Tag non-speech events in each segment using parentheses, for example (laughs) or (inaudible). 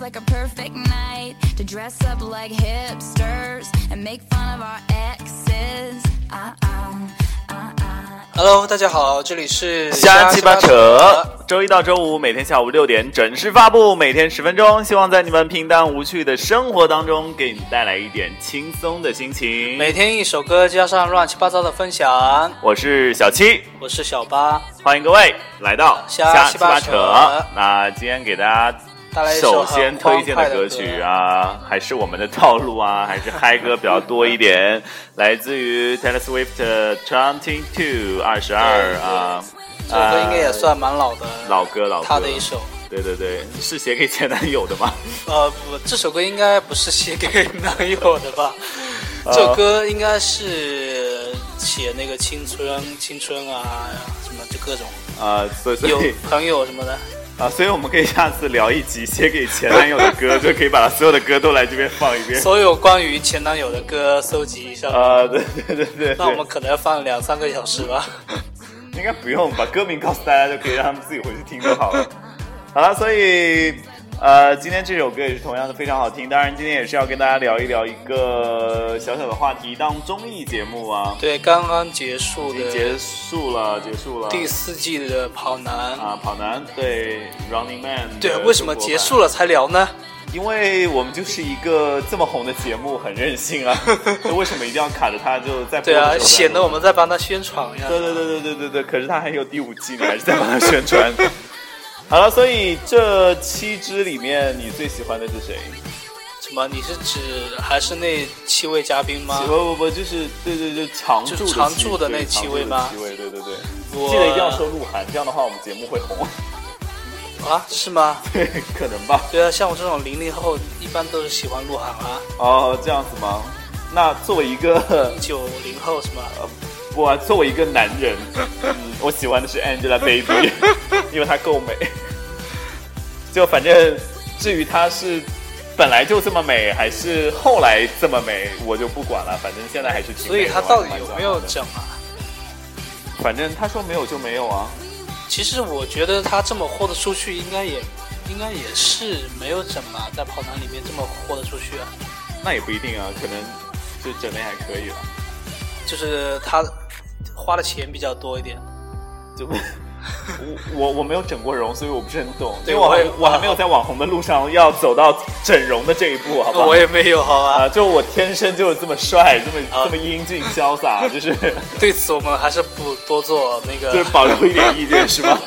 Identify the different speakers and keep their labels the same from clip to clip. Speaker 1: like a perfect night to dress up like hipsters and make fun of our exes. Uh uh, uh uh.
Speaker 2: Hello，大家好，这里是
Speaker 3: 瞎鸡巴扯。周一到周五每天下午六点准时发布，每天十分钟，希望在你们平淡无趣的生活当中，给你带来一点轻松的心情。
Speaker 2: 每天一首歌，加上乱七八糟的分享。
Speaker 3: 我是小七，
Speaker 2: 我是小八，
Speaker 3: 欢迎各位来到
Speaker 2: 瞎
Speaker 3: 瞎
Speaker 2: 鸡
Speaker 3: 鸡
Speaker 2: 巴
Speaker 3: 巴
Speaker 2: 扯
Speaker 3: 扯。那今天给大家
Speaker 2: 带来一首
Speaker 3: 首
Speaker 2: 很
Speaker 3: 先推荐的歌曲啊，还是我们的套路
Speaker 2: (laughs)
Speaker 3: 啊，还是嗨歌比较多一点，来自于 Taylor Swift 的 Twenty Two 二十二啊，
Speaker 2: 这首歌应该也算蛮老的，
Speaker 3: 哎老歌老歌。
Speaker 2: 他的一首。
Speaker 3: 对对对，是写给前男友的吗？
Speaker 2: 呃，不，这首歌应该不是写给男友的
Speaker 3: (laughs)
Speaker 2: 吧？这首歌应该是写那个青春、青春啊，什么就各种
Speaker 3: 啊、所以所
Speaker 2: 有
Speaker 3: 以
Speaker 2: 朋友什么的。
Speaker 3: 啊，所以我们可以下次聊一集写给前男友的歌，就可以把所有的歌都来这边放一遍。
Speaker 2: 所有关于前男友的歌搜集一下。
Speaker 3: 啊，对对对对，
Speaker 2: 那我们可能要放两三个小时吧。
Speaker 3: 应该不用把歌名告诉大家，就可以让他们自己回去听就
Speaker 2: (laughs)
Speaker 3: 好了。好了，所以呃，今天这首歌也是同样的非常好听。当然，今天也是要跟大家聊一聊一个小小的话题，当综艺节目啊，
Speaker 2: 对，刚刚结束
Speaker 3: 已经
Speaker 2: 的
Speaker 3: 结束了，结束了。
Speaker 2: 第四季的跑男。
Speaker 3: 啊，跑男对 Running Man 的
Speaker 2: 对，为什么
Speaker 3: 中国
Speaker 2: 结
Speaker 3: 版
Speaker 2: 束了才聊呢？
Speaker 3: 因为我们就是一个这么红的节目，很任性啊，那为什么一定要卡着它就在播
Speaker 2: 对
Speaker 3: 的时候
Speaker 2: 啊，
Speaker 3: 再
Speaker 2: 显得我们在帮他宣传一下。
Speaker 3: 对对对对对对对，可是它还有第五季，你还是在帮它宣传。好了，所以这七支里面，你最喜欢的是谁？
Speaker 2: 什么？你是指还是那七位嘉宾吗
Speaker 3: 不？不不，就是对对对，常驻的
Speaker 2: 就
Speaker 3: 七
Speaker 2: 常驻的那
Speaker 3: 对
Speaker 2: 七
Speaker 3: 常驻
Speaker 2: 位
Speaker 3: 的
Speaker 2: 吗
Speaker 3: 七位，对对对。
Speaker 2: 我
Speaker 3: 记得一定要说鹿晗，这样的话我们节目会红，
Speaker 2: 啊，是吗？
Speaker 3: 对，可能吧。
Speaker 2: 对啊，像我这种零零后，一般都是喜欢鹿晗啊，
Speaker 3: 哦，这样子吗？那作为一个
Speaker 2: 九零后什么？
Speaker 3: 我作为一个男人，嗯，我喜欢的是 Angelababy，因为她够美。就反正至于她是本来就这么美，还是后来这么美，我就不管了。反正现在还是挺
Speaker 2: 所
Speaker 3: 美
Speaker 2: 以
Speaker 3: 的
Speaker 2: 他
Speaker 3: 我
Speaker 2: 到底
Speaker 3: 还蛮
Speaker 2: 有
Speaker 3: 喜欢
Speaker 2: 没有
Speaker 3: 她的
Speaker 2: 整啊？
Speaker 3: 反正她说没有就没有啊。
Speaker 2: 其实我觉得他这么豁得出去，应该也应该也是没有整吧，在跑男里面这么豁得出去啊，
Speaker 3: 那也不一定啊，可能就整的还可以了。
Speaker 2: 就是他花的钱比较多一点。
Speaker 3: 就 (laughs) 我我我没有整过容，所以我不是很懂。
Speaker 2: 对
Speaker 3: 因为我还
Speaker 2: 我也
Speaker 3: 我还没有在网红的路上要走到整容的这一步，好不好？
Speaker 2: 我也没有，好吧。
Speaker 3: 啊，就我天生就是这么帅，这么、
Speaker 2: 啊
Speaker 3: 这么英俊
Speaker 2: (laughs)
Speaker 3: 潇洒，就是
Speaker 2: 对此我们还是不多做那
Speaker 3: 就是
Speaker 2: 个。
Speaker 3: 保留一点意见是
Speaker 2: (laughs)
Speaker 3: 吗？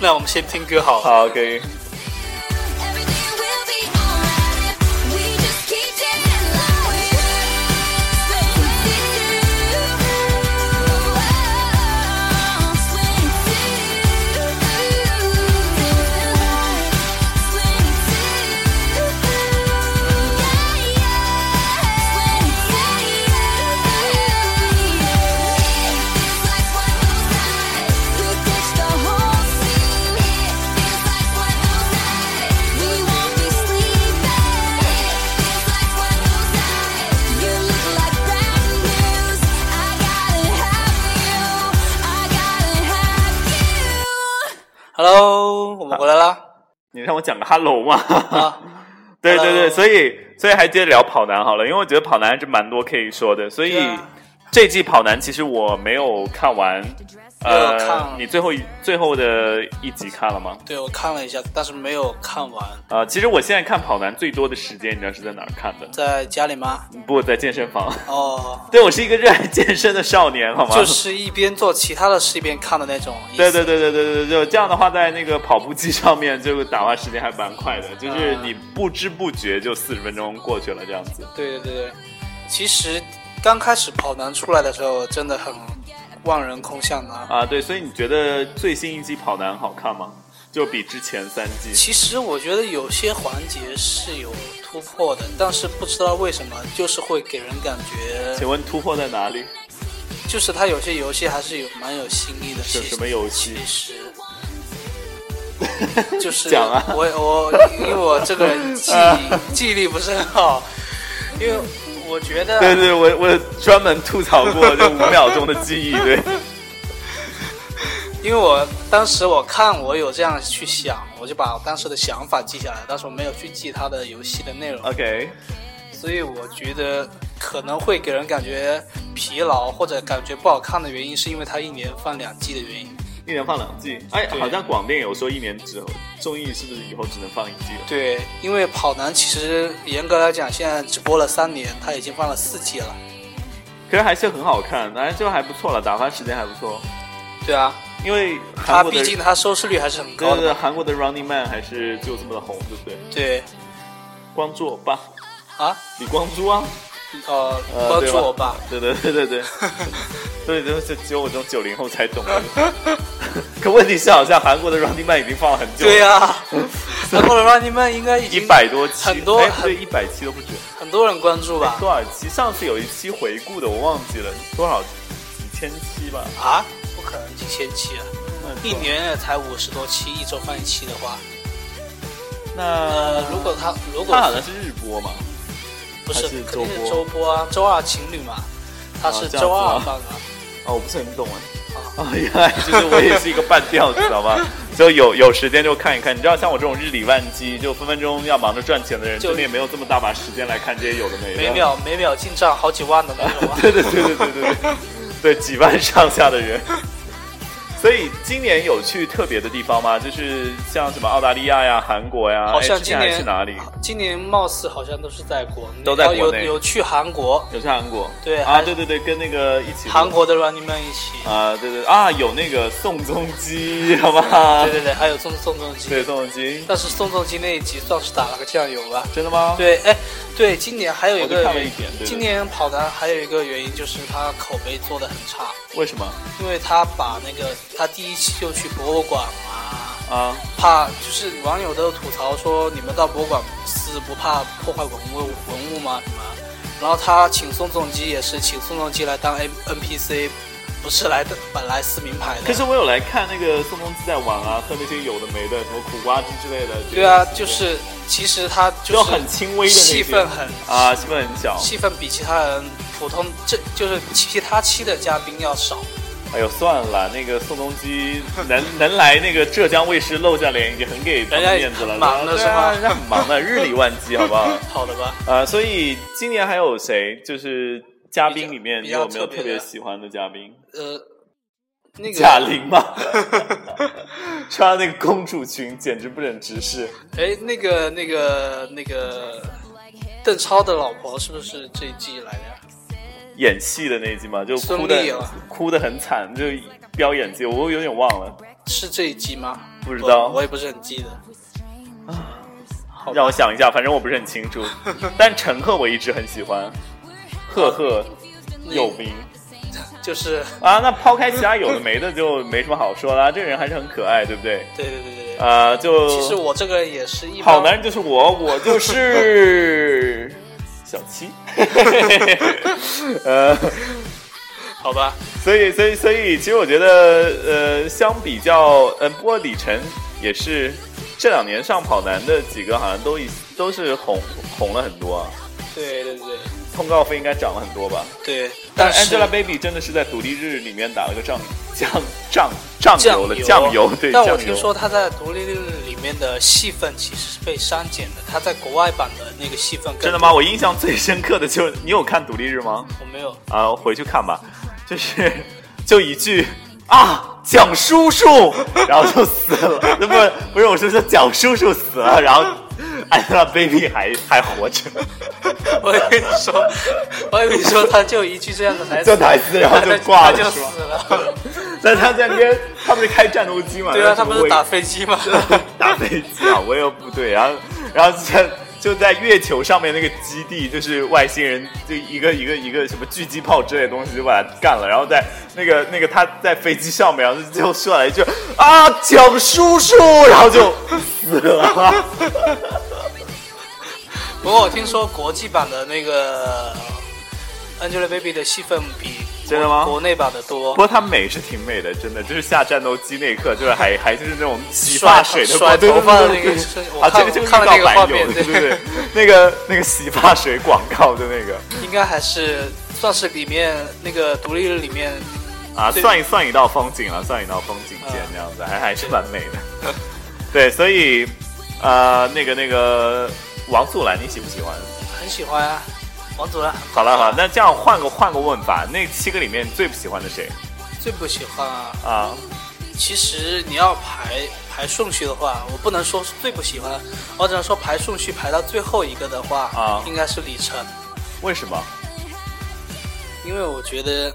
Speaker 2: 那我们先听歌好了。
Speaker 3: 好，OK。
Speaker 1: Everything will be alright if we just keep dancing like
Speaker 2: Hello，我们回来啦。
Speaker 3: 你让我讲个 hello 嘛？
Speaker 2: 啊，
Speaker 3: (laughs) 对对
Speaker 2: hello
Speaker 3: 对，所以所以还接着聊跑男好了，因为我觉得跑男还是蛮多可以说的。所以、
Speaker 2: 对啊
Speaker 3: 这季跑男其实我没有看完，
Speaker 2: 没有看
Speaker 3: 呃，你最后一最后的一集看了吗？
Speaker 2: 对我看了一下，但是没有看完，
Speaker 3: 啊、其实我现在看跑男最多的时间，你知道是在哪儿看的？
Speaker 2: 在家里吗？
Speaker 3: 不，在健身房。 (laughs)
Speaker 2: 哦，
Speaker 3: 对我是一个热爱健身的少年，好吗？
Speaker 2: 就是一边做其他的事一边看的那种。
Speaker 3: 对对。对对对对，就这样的话，在那个跑步机上面，就打发时间还蛮快的，就是你不知不觉就四十分钟过去了，这样子。
Speaker 2: 对对对对，其实刚开始跑男出来的时候，真的很望人空巷的啊。
Speaker 3: 啊，对，所以你觉得最新一季跑男好看吗？就比之前三季
Speaker 2: 其实我觉得有些环节是有突破的，但是不知道为什么，就是会给人感觉，
Speaker 3: 请问突破在哪里？
Speaker 2: 就是他有些游戏还是有蛮有新意的。
Speaker 3: 是
Speaker 2: 其实
Speaker 3: 什么游戏
Speaker 2: 其实。就是
Speaker 3: (laughs) 讲啊
Speaker 2: 我我因为我这个
Speaker 3: (laughs)
Speaker 2: 记忆记忆力不是很好，因为我觉得
Speaker 3: 对对， (laughs) 我我专门吐槽过就五秒钟的记忆，对，
Speaker 2: 因为我当时我看我有这样去想，我就把我当时的想法记下来，但是我没有去记他的游戏的内容，
Speaker 3: OK，
Speaker 2: 所以我觉得可能会给人感觉疲劳或者感觉不好看的原因，是因为他一年放两季的原因。
Speaker 3: 一年放两季，哎，
Speaker 2: 对
Speaker 3: 好像广电有说一年只综艺是不是以后只能放一季了？
Speaker 2: 对，因为跑男其实严格来讲，现在只播了三年，他已经放了四季了。
Speaker 3: 可是还是很好看，哎，就还不错了，打发时间还不错。
Speaker 2: 对啊，
Speaker 3: 因为
Speaker 2: 他
Speaker 3: 韩国的
Speaker 2: 毕竟他收视率还是很高
Speaker 3: 对对对
Speaker 2: 的。
Speaker 3: 韩国的 Running Man 还是就这么的红，对不对？
Speaker 2: 对
Speaker 3: 光洙欧巴，
Speaker 2: 啊，
Speaker 3: 李光洙啊，
Speaker 2: 呃，
Speaker 3: 呃
Speaker 2: 帮助我吧。。
Speaker 3: 对对对对
Speaker 2: (laughs)
Speaker 3: 对，所以就是只有我这种九零后才懂的。 (laughs) 可问题是，好像韩国的 Running Man 已经放了很久，
Speaker 2: 对、呀、韩国的 Running Man 应该已
Speaker 3: 一
Speaker 2: 经
Speaker 3: 百多期，
Speaker 2: 很多
Speaker 3: 哎，
Speaker 2: 很
Speaker 3: 对，一百期都不止，
Speaker 2: 很多人关注吧？
Speaker 3: 多少期？上次有一期回顾的，我忘记了多少，几千期吧？
Speaker 2: 啊，不可能几千期啊，
Speaker 3: 那
Speaker 2: 一年也才五十多期，一周放一期的话，
Speaker 3: 那
Speaker 2: 呃，如果他如果
Speaker 3: 它好像是日播嘛，
Speaker 2: 不是
Speaker 3: 还是
Speaker 2: 肯定是
Speaker 3: 周
Speaker 2: 周播啊，周二情侣嘛，他
Speaker 3: 啊
Speaker 2: 是
Speaker 3: 这样子
Speaker 2: 周二
Speaker 3: 啊
Speaker 2: 放的。
Speaker 3: 哦，我不是很懂哎。啊，原来 (laughs) 就是我也是一个半吊子，好吧？就有有时间就看一看。你知道，像我这种日理万机，就分分钟要忙着赚钱的人，
Speaker 2: 就
Speaker 3: 真的也没有这么大把时间来看这些有的没的。
Speaker 2: 每秒每秒进账好几万的那种啊。
Speaker 3: (laughs) 对对对对对对对，对几万上下的人。所以今年有去特别的地方吗？就是像什么澳大利亚呀、韩国呀，
Speaker 2: 好像
Speaker 3: 哎之
Speaker 2: 今
Speaker 3: 前还
Speaker 2: 年
Speaker 3: 去哪里？
Speaker 2: 今年貌似好像都是在国内，
Speaker 3: 都在国
Speaker 2: 然后
Speaker 3: 内
Speaker 2: 有有去韩国，
Speaker 3: 有去韩国？
Speaker 2: 对
Speaker 3: 啊，
Speaker 2: 还
Speaker 3: 对对对，跟那个一起
Speaker 2: 韩国的 Running Man 一起，
Speaker 3: 啊，对对啊，有那个宋仲基，好吧？
Speaker 2: 对对对，还有宋宋仲基，
Speaker 3: 对，宋仲基，
Speaker 2: 但是宋仲基那一集算是打了个酱油吧。
Speaker 3: 真的吗？
Speaker 2: 对，哎，对，今年还有一
Speaker 3: 我就
Speaker 2: 个
Speaker 3: 看了
Speaker 2: 原
Speaker 3: 一点对对
Speaker 2: 今年跑男还有一个原因就是他口碑做的很差，
Speaker 3: 为什么
Speaker 2: 因为他把那个他第一期就去博物馆嘛，
Speaker 3: 啊？
Speaker 2: 怕就是网友都吐槽说你们到博物馆是不怕破坏文物文物吗？你们？然后他请宋仲基也是请宋仲基来当 N NPC，不是来的本来撕名牌的。
Speaker 3: 可是我有来看那个宋仲基在玩啊，喝那些有的没的，什么苦瓜汁之类的。
Speaker 2: 对啊，就是其实他
Speaker 3: 就
Speaker 2: 就是
Speaker 3: 很轻微的那些
Speaker 2: 戏份很
Speaker 3: 啊，戏份很小。
Speaker 2: 戏份比其他人普通这就是其他期的嘉宾要少。
Speaker 3: 哎呦，算了，那个宋仲基能 (laughs) 能来那个浙江卫视露下脸，已经很给他们面子了。
Speaker 2: 人家很忙的
Speaker 3: 对啊
Speaker 2: 是
Speaker 3: 人家很忙的，日理万机，好
Speaker 2: (laughs)
Speaker 3: 不好？
Speaker 2: 好的吧，
Speaker 3: 呃，所以今年还有谁？就是嘉宾里面，你
Speaker 2: 比较
Speaker 3: 有没
Speaker 2: 比较
Speaker 3: 有
Speaker 2: 特别的
Speaker 3: 特别喜欢的嘉宾？
Speaker 2: 呃，那个
Speaker 3: 贾玲吗？ (laughs) 穿那个公主裙，简直不忍直视。
Speaker 2: 哎，那个那个那个邓超的老婆是不是这一季来的呀？
Speaker 3: 演戏的那一集嘛，就哭
Speaker 2: 孙
Speaker 3: 的
Speaker 2: 俪啊
Speaker 3: 哭的很惨，就飙演技，我有点忘了，
Speaker 2: 是这一季吗？
Speaker 3: 不知道
Speaker 2: 我我也不是很记得。好吧
Speaker 3: 让我想一下，反正我不是很清
Speaker 2: (laughs)
Speaker 3: 楚。但陈赫我一直很喜欢，赫
Speaker 2: 哦
Speaker 3: 赫有名
Speaker 2: 就是 (laughs)
Speaker 3: 啊。那抛开其他有的没的，就没什么好说啦。这个人还是很可爱，对不对？
Speaker 2: 对对对对对。
Speaker 3: 啊，就
Speaker 2: 其实我这个人也是一般
Speaker 3: 好男人就是我， (laughs) 我就是小 (laughs) 七。呃，
Speaker 2: 好吧？
Speaker 3: 所以，所以，所以，其实我觉得，呃，相比较，嗯、不过李晨也是这两年上跑男的几个，好像都一都是红红了很多啊，
Speaker 2: 对对对对
Speaker 3: 通告费应该涨了很多吧。
Speaker 2: 对。
Speaker 3: 但
Speaker 2: 但是
Speaker 3: Angelababy 真的是在独立日里面打了个酱酱酱酱
Speaker 2: 酱
Speaker 3: 油了，酱油对
Speaker 2: 但
Speaker 3: 酱
Speaker 2: 我
Speaker 3: 油。
Speaker 2: 听说他在独立日里面的戏份其实是被删减的，他在国外版的那个戏份更
Speaker 3: 真的吗？？我印象最深刻的就是你有看独立日吗？
Speaker 2: 我没有。 (laughs)
Speaker 3: 啊，回去看吧，就是就一句啊，蒋叔叔，然后就死了，那不不是我说说蒋叔叔死了，然后哎 Angelababy 还还活着，
Speaker 2: 我以为你说， (laughs) 我以为你说他就一句这样的台词，
Speaker 3: 就台词然后就挂
Speaker 2: (laughs)
Speaker 3: 了
Speaker 2: 他就是
Speaker 3: 吧
Speaker 2: 死了。
Speaker 3: 但他在那边他们是开战斗机嘛，
Speaker 2: 对啊，
Speaker 3: 然
Speaker 2: 他
Speaker 3: 后就
Speaker 2: 不是
Speaker 3: 围
Speaker 2: 打飞机
Speaker 3: (laughs)
Speaker 2: 吗？ (laughs)
Speaker 3: 打飞机啊，我也有部队，然后然后在就在月球上面那个基地，就是外星人就一个一个一个什么狙击炮之类的东西就把它干了，然后在那个那个他在飞机上面，然后就说了一句啊蒋叔叔，然后就死了。 (laughs)
Speaker 2: 不过我听说国际版的那个 Angelababy 的戏份比国
Speaker 3: 真的吗
Speaker 2: 国内版的
Speaker 3: 不
Speaker 2: 多，
Speaker 3: 过她美是挺美的，真的，就是下战斗机那一刻，就是还还就是那种洗发水的广
Speaker 2: 甩头
Speaker 3: (laughs)
Speaker 2: 发的那个
Speaker 3: 对对对
Speaker 2: 是
Speaker 3: 对
Speaker 2: 我
Speaker 3: 啊，
Speaker 2: 看
Speaker 3: 这个这个
Speaker 2: 我看了那个
Speaker 3: 广告
Speaker 2: 画
Speaker 3: 版
Speaker 2: 面
Speaker 3: 有对
Speaker 2: 对 (laughs)
Speaker 3: 对对，那个那个洗发水广告的那个。
Speaker 2: 应该还是算是里面那个独立日里面
Speaker 3: 啊，
Speaker 2: 对
Speaker 3: 算一算一道风景了，算一道风景线
Speaker 2: 啊
Speaker 3: 这样子，还还是蛮美的。对，所以呃，那个那个王祖蓝，你喜不喜欢？
Speaker 2: 很喜欢啊，王祖蓝。
Speaker 3: 好了好了，那这样换个换个问法，那七个里面最不喜欢的谁
Speaker 2: 最不喜欢啊。
Speaker 3: 啊？
Speaker 2: 其实你要排排顺序的话，我不能说是最不喜欢，我只能说排顺序排到最后一个的话，
Speaker 3: 啊
Speaker 2: 应该是李晨，
Speaker 3: 为什么？
Speaker 2: 因为我觉得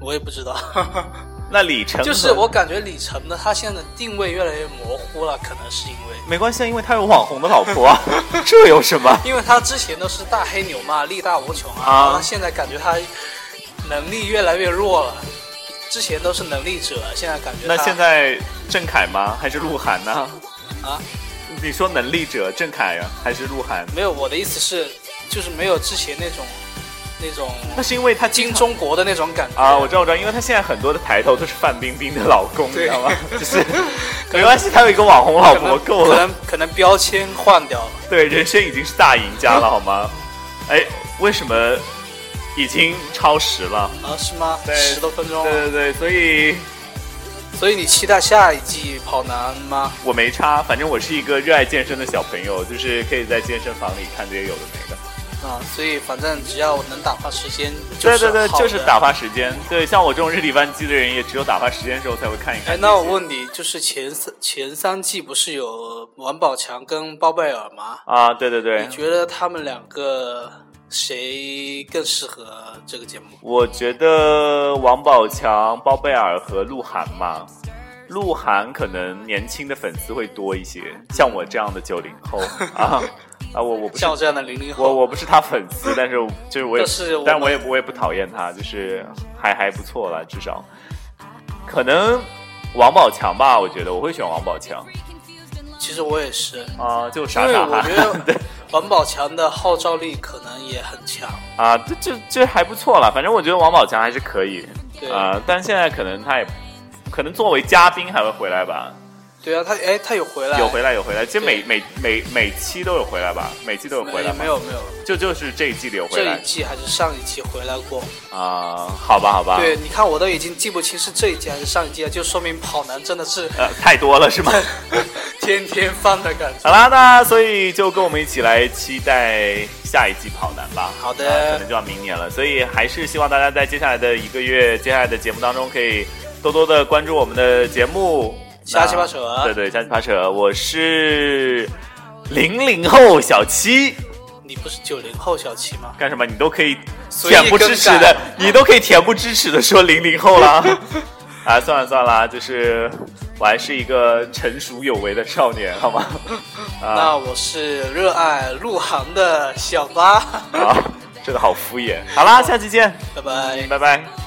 Speaker 2: 我也不知
Speaker 3: (laughs)
Speaker 2: 道，
Speaker 3: 那李晨
Speaker 2: 就是
Speaker 3: 和
Speaker 2: 我感觉李晨呢，他现在的定位越来越模糊了，可能是因为。
Speaker 3: 没关系，啊，因为他有网红的老婆
Speaker 2: (laughs)
Speaker 3: 啊，这有什么？
Speaker 2: 因为他之前都是大黑牛嘛，力大无穷啊，
Speaker 3: 啊
Speaker 2: 然后他现在感觉他能力越来越弱了。之前都是能力者，现在感觉
Speaker 3: 那
Speaker 2: 他
Speaker 3: 现在郑恺吗？还是鹿晗呢？
Speaker 2: 啊，
Speaker 3: 你说能力者郑恺啊，还是鹿晗？
Speaker 2: 没有我的意思是，就是没有之前那种那种
Speaker 3: 那是因为他经
Speaker 2: 金
Speaker 3: 常
Speaker 2: 中国的那种感觉
Speaker 3: 啊，我知道，我知道，因为他现在很多的抬头都是范冰冰的老公，你
Speaker 2: 对
Speaker 3: 知道吗？
Speaker 2: (laughs)
Speaker 3: 就是没关系，他有一个网红老
Speaker 2: 可
Speaker 3: 婆
Speaker 2: 能
Speaker 3: 够
Speaker 2: 可 (laughs)
Speaker 3: 了。
Speaker 2: 能可能标签换掉了，
Speaker 3: 对，人生已经是大赢家了，好吗？哎，为什么已经超时了？
Speaker 2: 啊是吗？
Speaker 3: 对
Speaker 2: 十多分钟
Speaker 3: 对
Speaker 2: 了，
Speaker 3: 对对，所以
Speaker 2: 所以你期待下一季跑男吗？
Speaker 3: 我没差，反正我是一个热爱健身的小朋友，就是可以在健身房里看这些有的没的。
Speaker 2: 啊，所以反正只要能打发时间，
Speaker 3: 对
Speaker 2: 是
Speaker 3: 对对，
Speaker 2: 好
Speaker 3: 就是
Speaker 2: 的
Speaker 3: 打发时间。对，像我这种日理万机的人，也只有打发时间的时候才会看一看这些。
Speaker 2: 哎，那我问你，就是前三前三季不是有王宝强跟包贝尔吗？
Speaker 3: 啊，对对对
Speaker 2: 你，觉得他们两个谁更适合这个节目？
Speaker 3: 我觉得王宝强、包贝尔和鹿晗嘛，鹿晗可能年轻的粉丝会多一些，像我这样的九零
Speaker 2: (laughs)
Speaker 3: 后啊啊，我我不是
Speaker 2: 像我这样的零零
Speaker 3: 我
Speaker 2: 后，
Speaker 3: 我不是他粉丝，但是就是我也，
Speaker 2: 但是我
Speaker 3: 但我也不我也不讨厌他，就是还还不错了，至少可能王宝强吧，我觉得我会选王宝强
Speaker 2: 其实我也是，
Speaker 3: 啊，就
Speaker 2: 因
Speaker 3: 傻
Speaker 2: 为
Speaker 3: 傻
Speaker 2: 我
Speaker 3: 哈 (laughs)
Speaker 2: 觉
Speaker 3: 对
Speaker 2: 得王宝强的号召力可能也很强。
Speaker 3: 啊，这这这还不错了，反正我觉得王宝强还是可以
Speaker 2: 对
Speaker 3: 啊，但现在可能他也可能作为嘉宾还会回来吧。
Speaker 2: 对啊，他哎，他有回来，
Speaker 3: 有回来有回来，其实每
Speaker 2: 对
Speaker 3: 每每每期都有回来吧，每期都有
Speaker 2: 没
Speaker 3: 回来吧
Speaker 2: 没有没有，
Speaker 3: 就就是这一季的有回
Speaker 2: 这
Speaker 3: 来
Speaker 2: 一季还是上一季回来过。
Speaker 3: 啊、好吧好吧，
Speaker 2: 对，你看我都已经记不清是这一季还是上一季了，就说明跑男真的是 (laughs)
Speaker 3: 呃，太多了是吗？
Speaker 2: 天天翻的感觉。
Speaker 3: 好啦，那所以就跟我们一起来期待下一季跑男吧。
Speaker 2: 好的
Speaker 3: 呃可能就要明年了，所以还是希望大家在接下来的一个月、接下来的节目当中，可以多多的关注我们的节目。
Speaker 2: 瞎鸡巴扯
Speaker 3: 那对对，瞎鸡巴扯，我是零零后小七。
Speaker 2: 你不是九零后小七吗？
Speaker 3: 干什么？你都可以
Speaker 2: 随意
Speaker 3: 恬不知耻
Speaker 2: 更
Speaker 3: 的，你都可以恬不知耻的说零零
Speaker 2: (laughs)
Speaker 3: 后了。啊，算了算了，就是我还是一个成熟有为的少年，好吗？
Speaker 2: 那我是热爱入行的小八，
Speaker 3: 啊，这个好敷衍。好啦，下期见，
Speaker 2: (laughs) 拜拜。
Speaker 3: 拜拜。
Speaker 1: Oh,